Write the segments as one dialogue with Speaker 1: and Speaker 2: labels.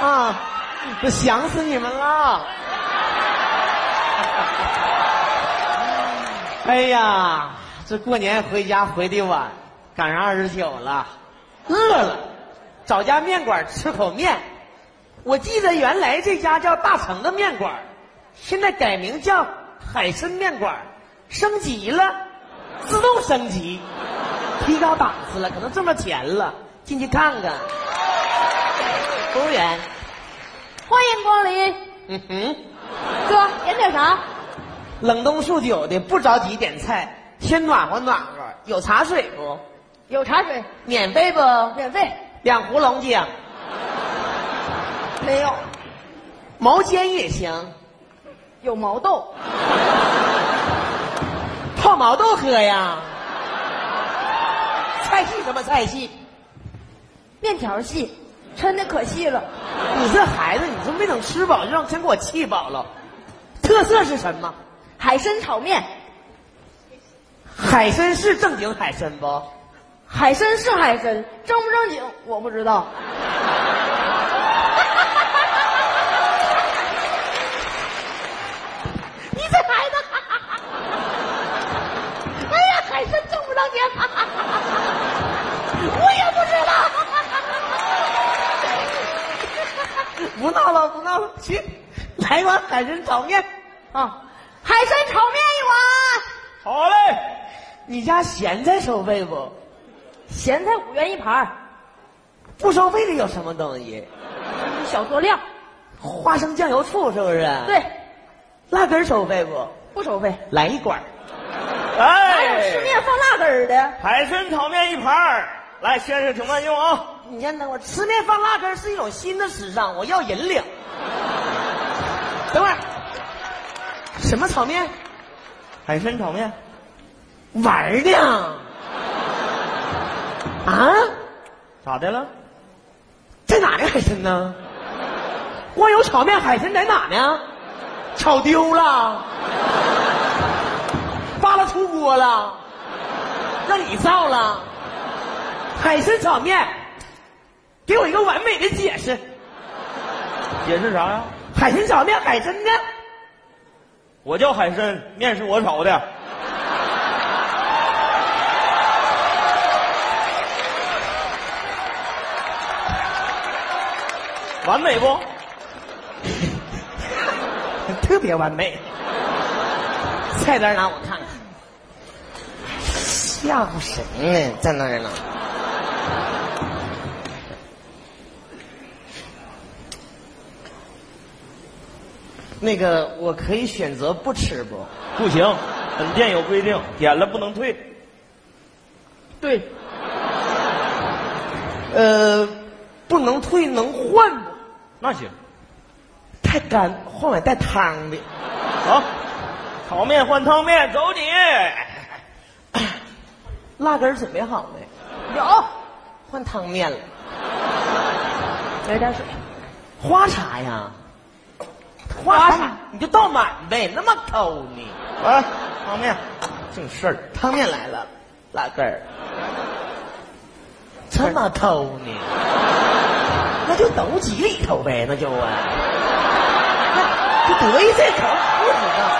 Speaker 1: 啊，都想死你们了！ 哎呀，这过年回家回的晚，赶上二十九了，饿了，找家面馆吃口面。我记得原来这家叫大成的面馆，现在改名叫海参面馆，升级了，自动升级，提高档次了，可能挣到钱了。进去看看，服务员，
Speaker 2: 欢迎光临，
Speaker 1: 嗯哼，
Speaker 2: 哥，点点啥？
Speaker 1: 冷冻数九的，不着急点菜，先暖和暖和。有茶水不？
Speaker 2: 有茶水，
Speaker 1: 免费不？
Speaker 2: 免费，
Speaker 1: 两壶龙井，
Speaker 2: 没有，
Speaker 1: 毛尖也行，
Speaker 2: 有毛豆，
Speaker 1: 泡毛豆喝呀。 菜系什么菜系？
Speaker 2: 面条细，抻的可细了，
Speaker 1: 你这孩子，你说没等吃饱就让真给我气饱了。特色是什么？
Speaker 2: 海参炒面，
Speaker 1: 海参是正经海参不？
Speaker 2: 海参是海参，正不正经我不知道。 你这孩子， 哎呀，海参正不正经？ 我也不知道。
Speaker 1: 不闹了，不闹了，去，来碗海参炒面。
Speaker 2: 啊，海参炒面一碗，
Speaker 1: 好嘞，你家咸菜收费不？
Speaker 2: 咸菜五元一盘儿，
Speaker 1: 不收费的有什么东西？
Speaker 2: 小佐料，
Speaker 1: 花生、酱油、醋是不是？，
Speaker 2: 对，
Speaker 1: 辣根儿收费不？
Speaker 2: 不收费。
Speaker 3: 哎
Speaker 1: 来一管儿。哎
Speaker 2: 还有吃面放辣根儿的，
Speaker 3: 海参炒面一盘儿，来，先生请慢用啊！
Speaker 1: 你看等我吃面放辣根儿是一种新的时尚，我要引领。等会儿，什么炒面？
Speaker 3: 海参炒面，
Speaker 1: 玩儿的啊？啊？
Speaker 3: 咋的了？
Speaker 1: 在哪呢？海参呢？光有炒面，海参在哪呢？炒丢了，扒拉出锅了，让你造了。海参炒面，给我一个完美的解释。
Speaker 3: 解释啥呀？
Speaker 1: 海参炒面，海参呢？
Speaker 3: 我叫海参，面是我炒的。完美不？
Speaker 1: 特别完美。菜单拿我看看，吓唬谁呢？在那儿呢。那个，我可以选择不吃不？
Speaker 3: 不行，本店有规定，点了不能退。
Speaker 1: 对。呃，不能退，能换不？
Speaker 3: 那行，
Speaker 1: 太干，换碗带汤的。
Speaker 3: 好，炒面换汤面，走你。
Speaker 1: 辣根儿准备好没？
Speaker 2: 有，
Speaker 1: 换汤面了。
Speaker 2: 来点水。
Speaker 1: 花茶呀，花茶你就倒满呗，那么抠呢？
Speaker 3: 来，汤面，
Speaker 1: 正事儿，汤面来了，辣根儿，这么抠呢？那就都挤里头呗，那就啊，那就得意这口不知道。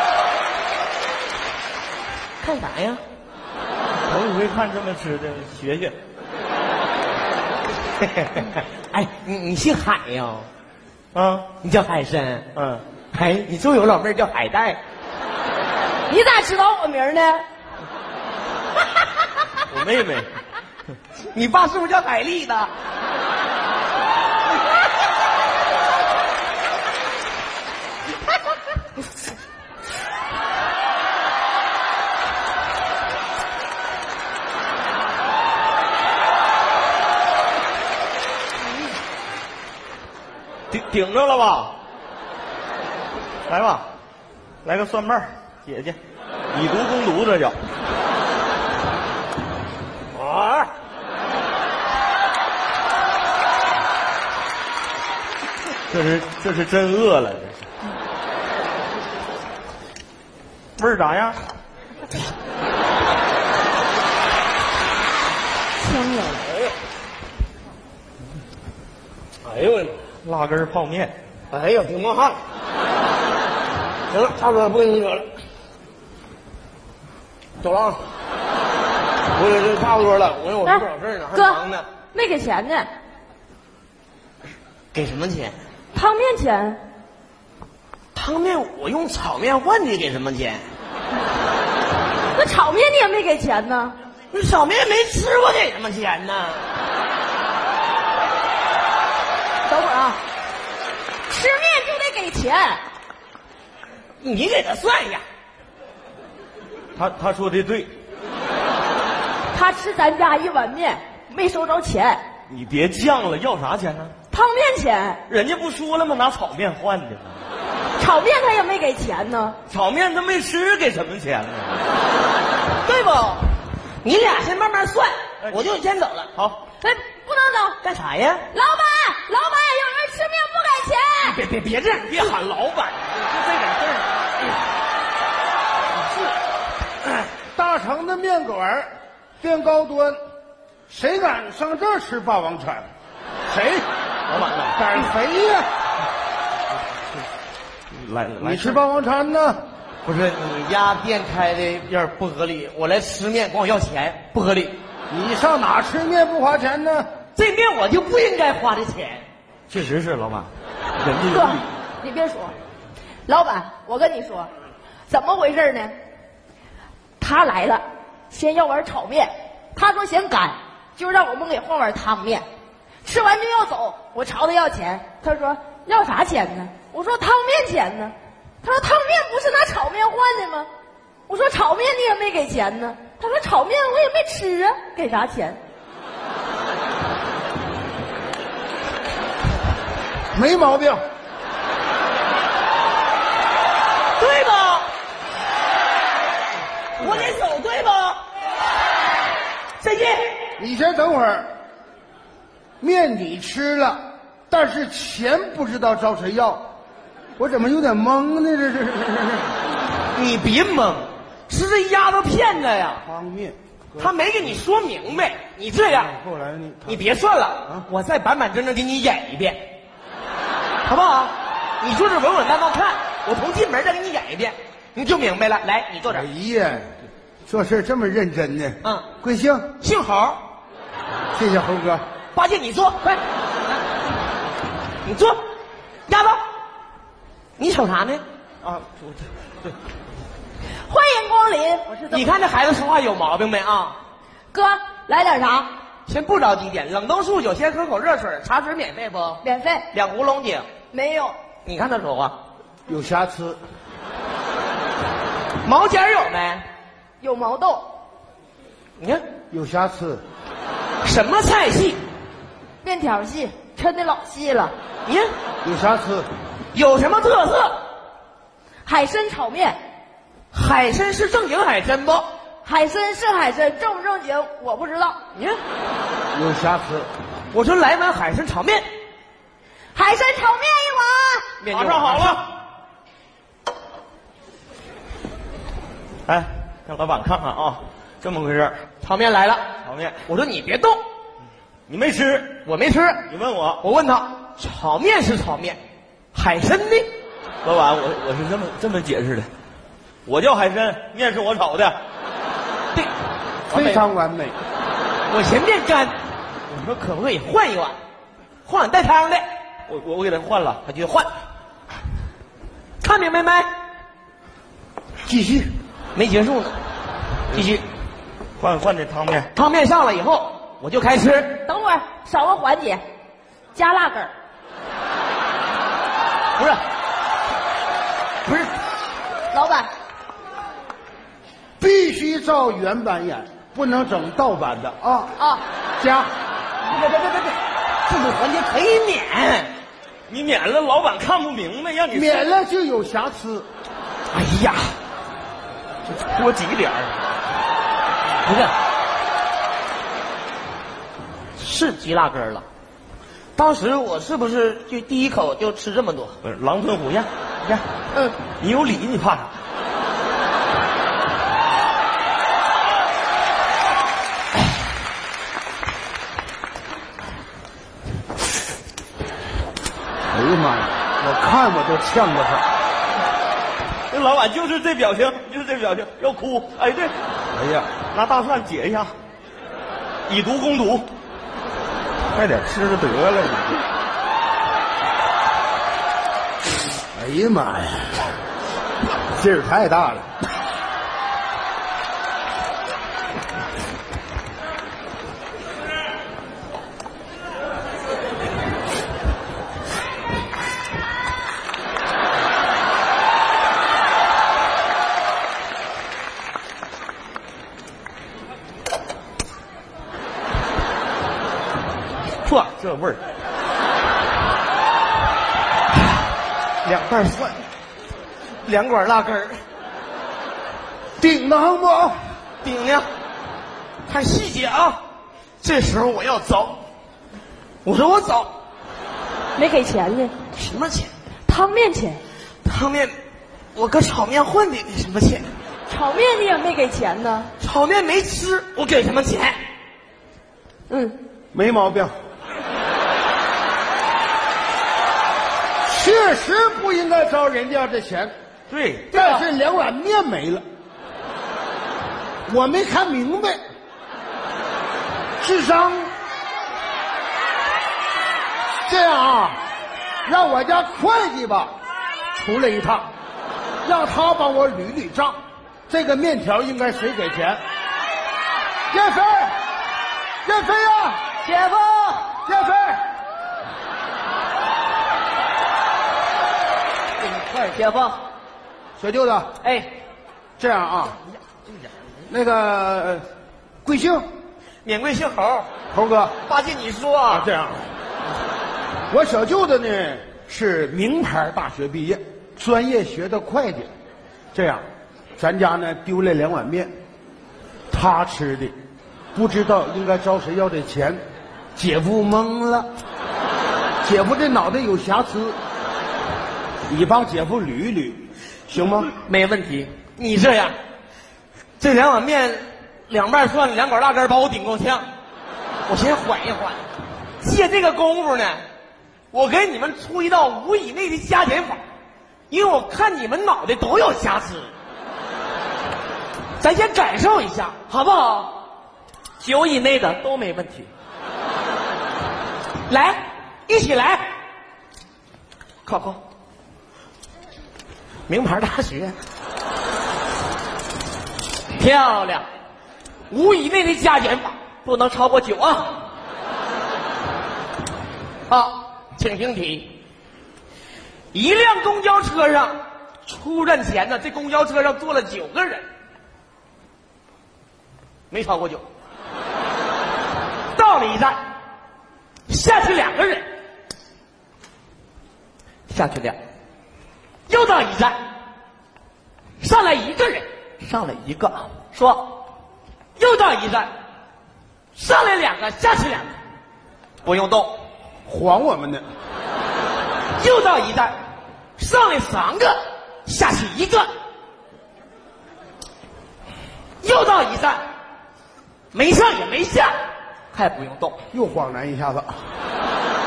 Speaker 1: 看啥呀？
Speaker 3: 头一回看这么吃的，学学。
Speaker 1: 哎，你你姓海呀？
Speaker 3: 啊，
Speaker 1: 你叫海参？
Speaker 3: 嗯，
Speaker 1: 哎，你周有老妹儿叫海带，
Speaker 2: 你咋知道我名儿呢？
Speaker 3: 我妹妹。
Speaker 1: 你爸是不是叫海蛎的？
Speaker 3: 顶顶着了吧？来吧，来个蒜瓣儿姐姐，以毒攻毒，这叫。啊！这是这是真饿了，这是。味儿咋样？
Speaker 1: 香油。
Speaker 3: 哎呦我的妈！辣根儿泡面，
Speaker 1: 哎呦，顶冒汗。行了，差不多不跟你扯了，走了啊。不是，这差不多了，我有
Speaker 2: 哎
Speaker 1: 不少事儿呢，还忙
Speaker 2: 哥
Speaker 1: 呢。，
Speaker 2: 没给钱呢，
Speaker 1: 给什么钱？
Speaker 2: 汤面钱。
Speaker 1: 汤面我用炒面换你给什么钱？
Speaker 2: 那炒面你也没给钱呢，
Speaker 1: 那炒面没吃过给什么钱呢？等会儿啊，
Speaker 2: 吃面就得给钱。
Speaker 1: 你给他算一下。
Speaker 3: 他他说的对，
Speaker 2: 他吃咱家一碗面没收着钱，
Speaker 3: 你别犟了，要啥钱呢、
Speaker 2: 汤面钱，
Speaker 3: 人家不说了吗？拿炒面换的吗？
Speaker 2: 炒面他也没给钱呢，
Speaker 3: 炒面他没吃，给什么钱呢？
Speaker 1: 对不？你俩先慢慢算
Speaker 3: 哎，
Speaker 1: 我就先走了。
Speaker 3: 好，
Speaker 2: 哎，不能走。
Speaker 1: 干啥呀？
Speaker 2: 老板，老板，有人吃面不给钱。
Speaker 1: 别别别这样，别喊老板，就这点事儿。
Speaker 4: 大成的面馆儿店高端，谁敢上这儿吃霸王餐？谁
Speaker 3: 老板呐，
Speaker 4: 敢谁呀、
Speaker 3: 来来，
Speaker 4: 你嗯吃霸王餐呢？
Speaker 1: 不是你家店开的有点不合理，我来吃面管我要钱，不合理。
Speaker 4: 你上哪儿吃面不花钱呢？
Speaker 1: 这面我就不应该花这钱。
Speaker 3: 确实是老板，人家有
Speaker 2: 哥
Speaker 3: 理。，
Speaker 2: 你别说，老板，我跟你说，怎么回事呢？他来了，先要碗炒面，他说嫌干，就让我们给换碗汤面。吃完就要走，我朝他要钱，他说要啥钱呢？我说汤面钱呢。他说汤面不是拿炒面换的吗？我说炒面你也没给钱呢。他说炒面我也没吃啊，给啥钱？
Speaker 4: 没毛病。
Speaker 1: 对吧？我得走，对吧？再见。
Speaker 4: 你先等会儿，面你吃了，但是钱不知道找谁要，我怎么有点懵呢？这是
Speaker 1: 你别懵，是这丫头骗的呀，
Speaker 4: 汤面，
Speaker 1: 她没给你说明白。你这样，
Speaker 3: 嗯
Speaker 4: 后来你
Speaker 1: 你别算了，
Speaker 4: 啊
Speaker 1: 我再板板正正给你演一遍，好不好？你坐这稳稳当当看，我从进门再给你演一遍，你就明白了。来，你坐这
Speaker 4: 哎
Speaker 1: 儿。
Speaker 4: 呀，做事这么认真呢？
Speaker 1: 嗯
Speaker 4: 贵姓？
Speaker 1: 姓侯，
Speaker 4: 谢谢猴哥。
Speaker 1: 八戒，你坐，快，你坐，丫头，你瞅啥呢？
Speaker 3: 啊，
Speaker 2: 欢迎光临，我是这
Speaker 1: 你
Speaker 2: 么
Speaker 1: 看这孩子说话有毛病没啊？
Speaker 2: 哥，来点啥？
Speaker 1: 先不着急点，冷冻数酒，先喝口热水，茶水免费不？
Speaker 2: 免费
Speaker 1: 两壶龙井。
Speaker 2: 没有。
Speaker 1: 你看他说话，
Speaker 4: 有瑕疵，
Speaker 1: 毛尖儿有没？
Speaker 2: 有毛豆、
Speaker 1: 你看
Speaker 4: 有瑕疵，
Speaker 1: 什么菜系？
Speaker 2: 面条细，抻的老细了，
Speaker 1: 你看
Speaker 4: 有瑕疵，
Speaker 1: 有什么特色？
Speaker 2: 海参炒面，
Speaker 1: 海参是正经海参不？
Speaker 2: 海参是海参，正不正经我不知道。
Speaker 1: 你看，
Speaker 4: 有瑕疵，
Speaker 1: 我说来碗海参炒面，
Speaker 2: 海参炒面一
Speaker 1: 面
Speaker 3: 马上好。了。哎，让老板看看啊，这么回事儿
Speaker 1: 炒面来了，
Speaker 3: 炒面
Speaker 1: 我说你别动，
Speaker 3: 你没吃，
Speaker 1: 我没吃。
Speaker 3: 你问我，
Speaker 1: 我问他，炒面是炒面，海参呢？
Speaker 3: 老板，我我是这么这么解释的，我叫海参，面是我炒的。
Speaker 1: 对，完
Speaker 4: 非
Speaker 1: 美
Speaker 4: 常完美。
Speaker 1: 我嫌面干，我说可不可以换一碗，换碗带汤的，
Speaker 3: 我我我给他换了，
Speaker 1: 他就换。看明白没？
Speaker 4: 继续，
Speaker 1: 没结束呢，继续。
Speaker 3: 换换这汤面。
Speaker 1: 汤面上了以后，我就开吃。
Speaker 2: 碗。等会儿少个环节，加辣根儿。
Speaker 1: 不是，不是，
Speaker 2: 老板，
Speaker 4: 必须照原版演，不能整盗版的啊！
Speaker 2: 啊，
Speaker 4: 加，
Speaker 1: 别别别别别，这种环节可以免。哎
Speaker 3: 你免了，老板看不明白，让你
Speaker 4: 免了就有瑕疵，
Speaker 1: 哎呀，
Speaker 3: 多几点儿
Speaker 1: 不是，是急辣根儿了。当时我是不是就第一口就吃这么多？
Speaker 3: 不是狼吞虎咽，
Speaker 1: 你看，嗯，
Speaker 3: 你有理你怕啥？
Speaker 1: 哎
Speaker 4: 的妈呀，我看我都呛得慌。
Speaker 3: 这老板就是这表情，就是这表情，要哭。哎，对，
Speaker 4: 哎呀，
Speaker 3: 拿大蒜解一下，以毒攻毒。
Speaker 4: 快点吃着得了你。哎呀妈呀，劲儿太大了。
Speaker 3: 嚯，这味儿！两瓣蒜，两管辣根儿，
Speaker 4: 顶得慌不？
Speaker 3: 顶呢？看细节啊！这时候我要走，我说我走，
Speaker 2: 没给钱呢，
Speaker 1: 什么钱？
Speaker 2: 汤面钱，
Speaker 1: 汤面，我搁炒面混的，给什么钱？
Speaker 2: 炒面你也没给钱呢。
Speaker 1: 炒面没吃，我给什么钱？
Speaker 2: 嗯，
Speaker 4: 没毛病，确实不应该招人家要这钱，
Speaker 3: 对，
Speaker 2: 啊
Speaker 4: 但是两碗面没了，我没看明白，智商。这样啊，让我家会计吧出来一趟，让他帮我捋捋账，这个面条应该谁给钱？燕飞，燕飞呀、
Speaker 2: 姐夫，
Speaker 4: 燕飞，
Speaker 2: 姐夫，
Speaker 4: 小舅子，
Speaker 2: 哎，
Speaker 4: 这样啊，那个呃贵姓？
Speaker 1: 免贵姓侯，
Speaker 4: 猴哥，
Speaker 1: 八戒你说啊，
Speaker 4: 这样啊，我小舅子呢是名牌大学毕业，专业学的会计。这样，咱家呢丢了两碗面，他吃的，不知道应该找谁要这钱，姐夫懵了，姐夫这脑袋有瑕疵，你帮姐夫捋一捋，行吗？
Speaker 1: 没问题。你这样，这两碗面，两瓣蒜，两管辣根儿把我顶够呛。我先缓一缓，借这个功夫呢，我给你们出一道五以内的加减法，因为我看你们脑袋都有瑕疵。咱先感受一下，好不好？九以内的都没问题。来，一起来，考考。名牌大学，漂亮！五以内的加减法不能超过九啊。好，请听题：一辆公交车上，出站前呢，这公交车上坐了九个人，没超过九。到了一站，下去两个人，下去俩。又到一站，上来一个人，上来一个，啊说，又到一站，上来两个，下去两个，不用动。
Speaker 4: 晃我们呢。
Speaker 1: 又到一站，上来三个，下去一个。又到一站，没上也没下，还不用动。
Speaker 4: 又恍然一下子，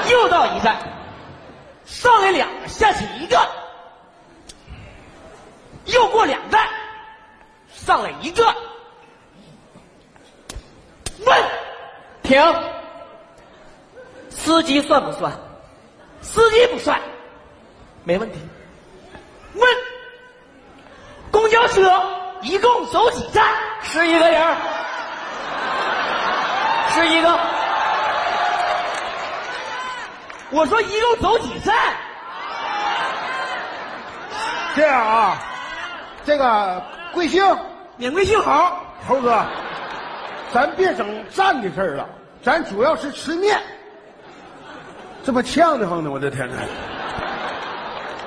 Speaker 1: 又到一站，上来两个，下去一个；又过两站，上来一个。问，停。司机算不算？司机不算，没问题。问，公交车一共走几站？十一个人，十一个。我说一共走几站？
Speaker 4: 这样啊，这个贵姓？
Speaker 1: 免贵姓侯。
Speaker 4: 猴哥，咱别整站的事儿了，咱主要是吃面。这么呛得慌呢，我的天哪！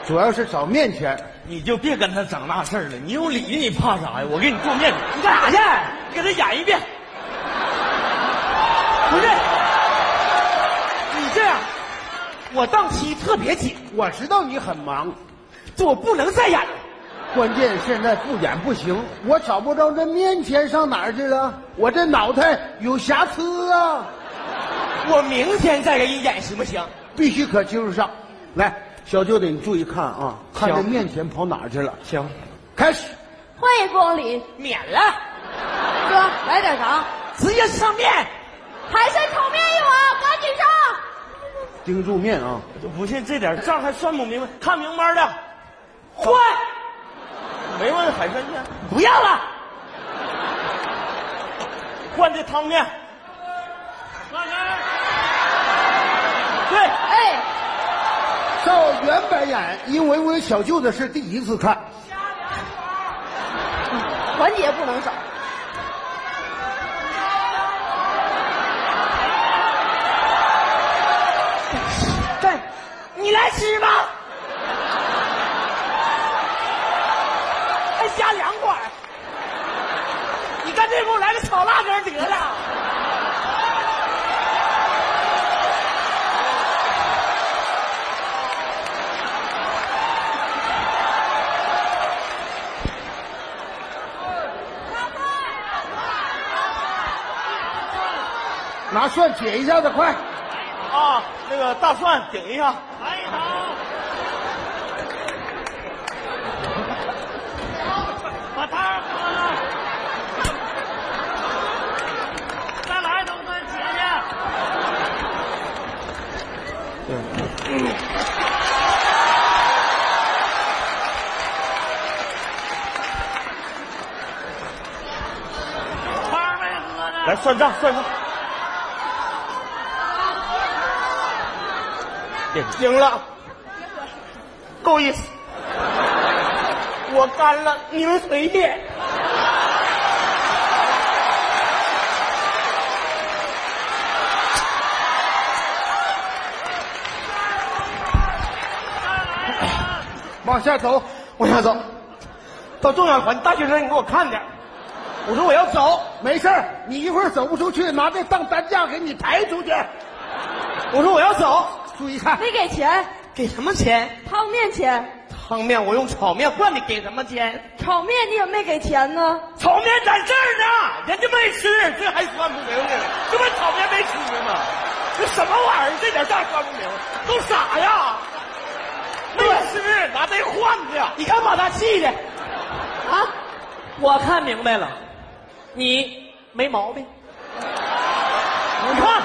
Speaker 4: 主要是找面钱，
Speaker 3: 你就别跟他整那事儿了。你有理你怕啥呀？我给你做面去。
Speaker 1: 你干啥去？
Speaker 3: 你给他演一遍。
Speaker 1: 不是，你这样，我档期特别紧，
Speaker 4: 我知道你很忙，
Speaker 1: 这我不能再演了。
Speaker 4: 关键现在不演不行，我找不着这面钱上哪儿去了？我这脑袋有瑕疵啊，
Speaker 1: 我明天再给你演行不行？
Speaker 4: 必须可劲儿上。来，小舅子，你注意看啊，看这
Speaker 3: 行
Speaker 4: 面钱跑哪儿去了。
Speaker 3: 行，
Speaker 4: 开始，
Speaker 2: 欢迎光临，
Speaker 1: 免了，
Speaker 2: 哥，来点啥？
Speaker 1: 直接上面。
Speaker 2: 海参炒面一碗，赶紧上！
Speaker 4: 盯住面啊！
Speaker 3: 就不信这点账还算不明白，看明白的，
Speaker 1: 换，
Speaker 3: 没问海参面，
Speaker 1: 不要了，
Speaker 3: 换这汤面。对，
Speaker 2: 哎，
Speaker 4: 照原版演，因为我小舅子是第一次看。
Speaker 2: 环节不能少。
Speaker 1: 对，你来吃吧。还加两管儿，你干脆给我来个炒辣根得了。
Speaker 4: 拿蒜解一下子，快！
Speaker 3: 啊，那个大蒜顶一下，嗯来算账算账。赢了，够意思。我干了，你们随便。
Speaker 4: 往下走，往下走。
Speaker 3: 到中远环，大学生，你给我看点儿。我说我要走，
Speaker 4: 没事儿你一会儿走不出去，拿这当担架给你抬出去。
Speaker 3: 我说我要走。
Speaker 4: 注意看，
Speaker 2: 没给钱，
Speaker 1: 给什么钱？
Speaker 2: 汤面钱，
Speaker 1: 汤面我用炒面换的，给什么钱？
Speaker 2: 炒面你也没给钱呢。
Speaker 3: 炒面在这儿呢，人家没吃，这还算不明白？这不炒面没吃吗？这什么玩意儿？这点账算不明白？都傻呀！没吃，拿这换的。
Speaker 1: 你看把他气的，
Speaker 2: 啊，
Speaker 1: 我看明白了，你没毛病。你看，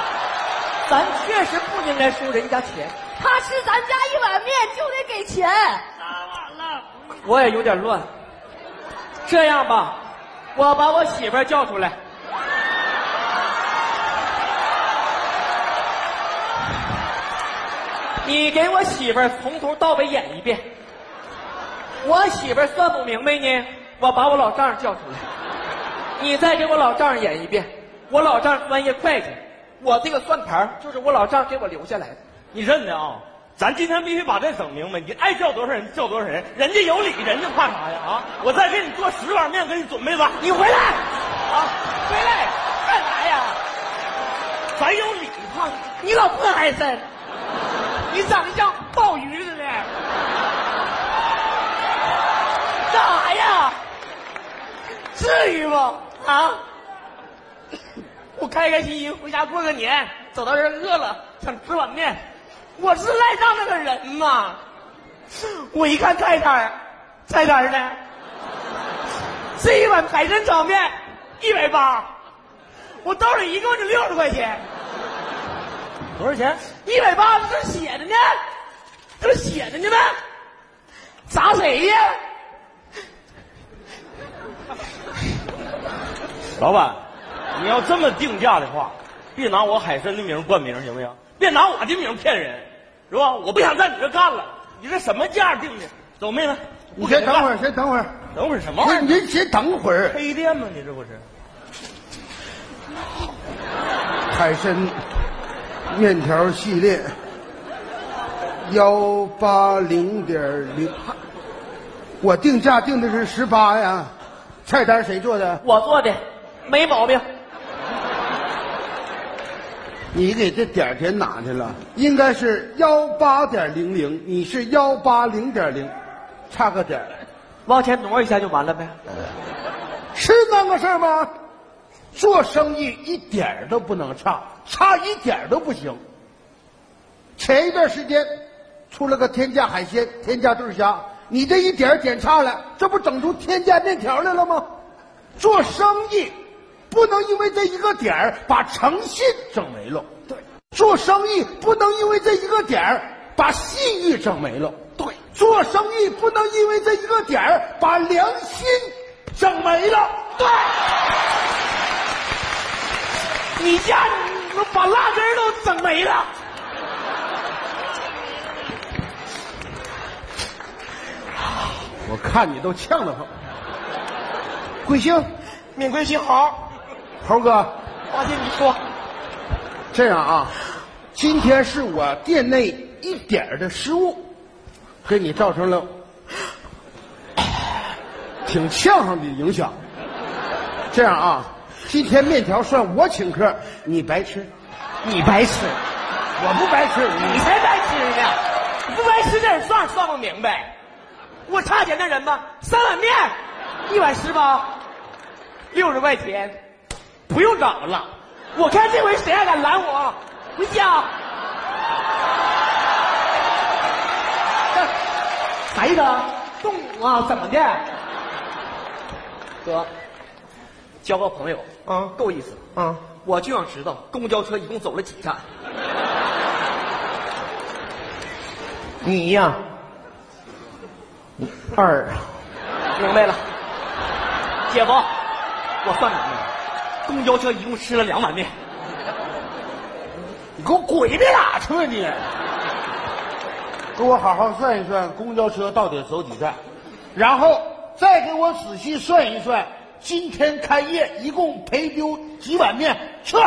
Speaker 1: 咱确实不应该收人家钱。
Speaker 2: 他吃咱家一碗面就得给钱。
Speaker 1: 我也有点乱。这样吧，我把我媳妇儿叫出来。你给我媳妇儿从头到尾演一遍。我媳妇儿算不明白呢，我把我老丈人叫出来。你再给我老丈人演一遍。我老丈人专业会计，我这个算盘儿就是我老丈人给我留下来的。
Speaker 3: 你认的啊、咱今天必须把这整明白，你爱叫多少人叫多少人，人家有理，人家怕啥呀？啊！我再给你做十碗面，给你准备吧。
Speaker 1: 你回来，
Speaker 3: 啊，
Speaker 1: 回来干啥呀？
Speaker 3: 咱有理怕啥？
Speaker 1: 你老破孩子，你长得像鲍鱼似的，干啥呀？至于不啊？我开开心心回家过个年，走到这儿饿了，想吃碗面，我是赖账那个人吗？我一看菜单儿，菜单儿呢，这一碗海参炒面一百八，我兜里一共就六十块钱。
Speaker 3: 多少钱？
Speaker 1: 一百八这写着呢，这写着呢呗，砸谁呀？
Speaker 3: 老板，你要这么定价的话，别拿我海参的名冠名，行不行？别拿我的名骗人，是吧？我不想在你这干了。你这什么价定的？走，妹子，
Speaker 4: 你啊先等会
Speaker 3: 儿，
Speaker 4: 儿，先等会儿。
Speaker 3: 等会儿什么玩
Speaker 4: 您
Speaker 3: 意儿？
Speaker 4: 您先等会儿，
Speaker 3: 黑店吗？你这不是？
Speaker 4: 海参面条系列幺八零点零，我定价定的是十八呀，菜单谁做的？
Speaker 1: 我做的，没毛病。
Speaker 4: 你给这点儿点哪去了？应该是幺八点零零，你是幺八零点零，差个点儿
Speaker 1: 往前挪一下就完了呗。
Speaker 4: 是那个事儿吗？做生意一点儿都不能差，差一点儿都不行。前一段时间，出了个天价海鲜、天价对虾，你这一点儿点差了，这不整出天价面条来了吗？做生意不能因为这一个点儿把诚信整没了，对；做生意不能因为这一个点儿把信誉整没了，对；做生意不能因为这一个点儿把良心整没了，对。
Speaker 1: 你家你把辣根儿都整没了。
Speaker 4: 我看你都呛得慌。贵姓？
Speaker 1: 敏贵新好，
Speaker 4: 猴哥，
Speaker 1: 王姐你说，
Speaker 4: 这样啊，今天是我店内一点儿的失误，给你造成了挺呛上的影响。这样啊，今天面条算我请客，你白吃，
Speaker 1: 你白痴，
Speaker 4: 我不白吃，
Speaker 1: 你才白痴呢！不白痴这人算算不明白。我差钱的人吗？三碗面，一碗十八，六十块钱，不用找了。我看这回谁还敢拦我？回家。 这孩子，动武啊？怎么的？哥，交个朋友啊，够意思啊！我就想知道公交车一共走了几站。你呀、
Speaker 4: 二，
Speaker 1: 明白了，姐夫，我算明白了，公交车一共吃了两碗面。
Speaker 4: 你给我滚一边哪去吧你！给我好好算一算公交车到底走几站，然后再给我仔细算一算，今天开业一共赔丢几碗面？撤。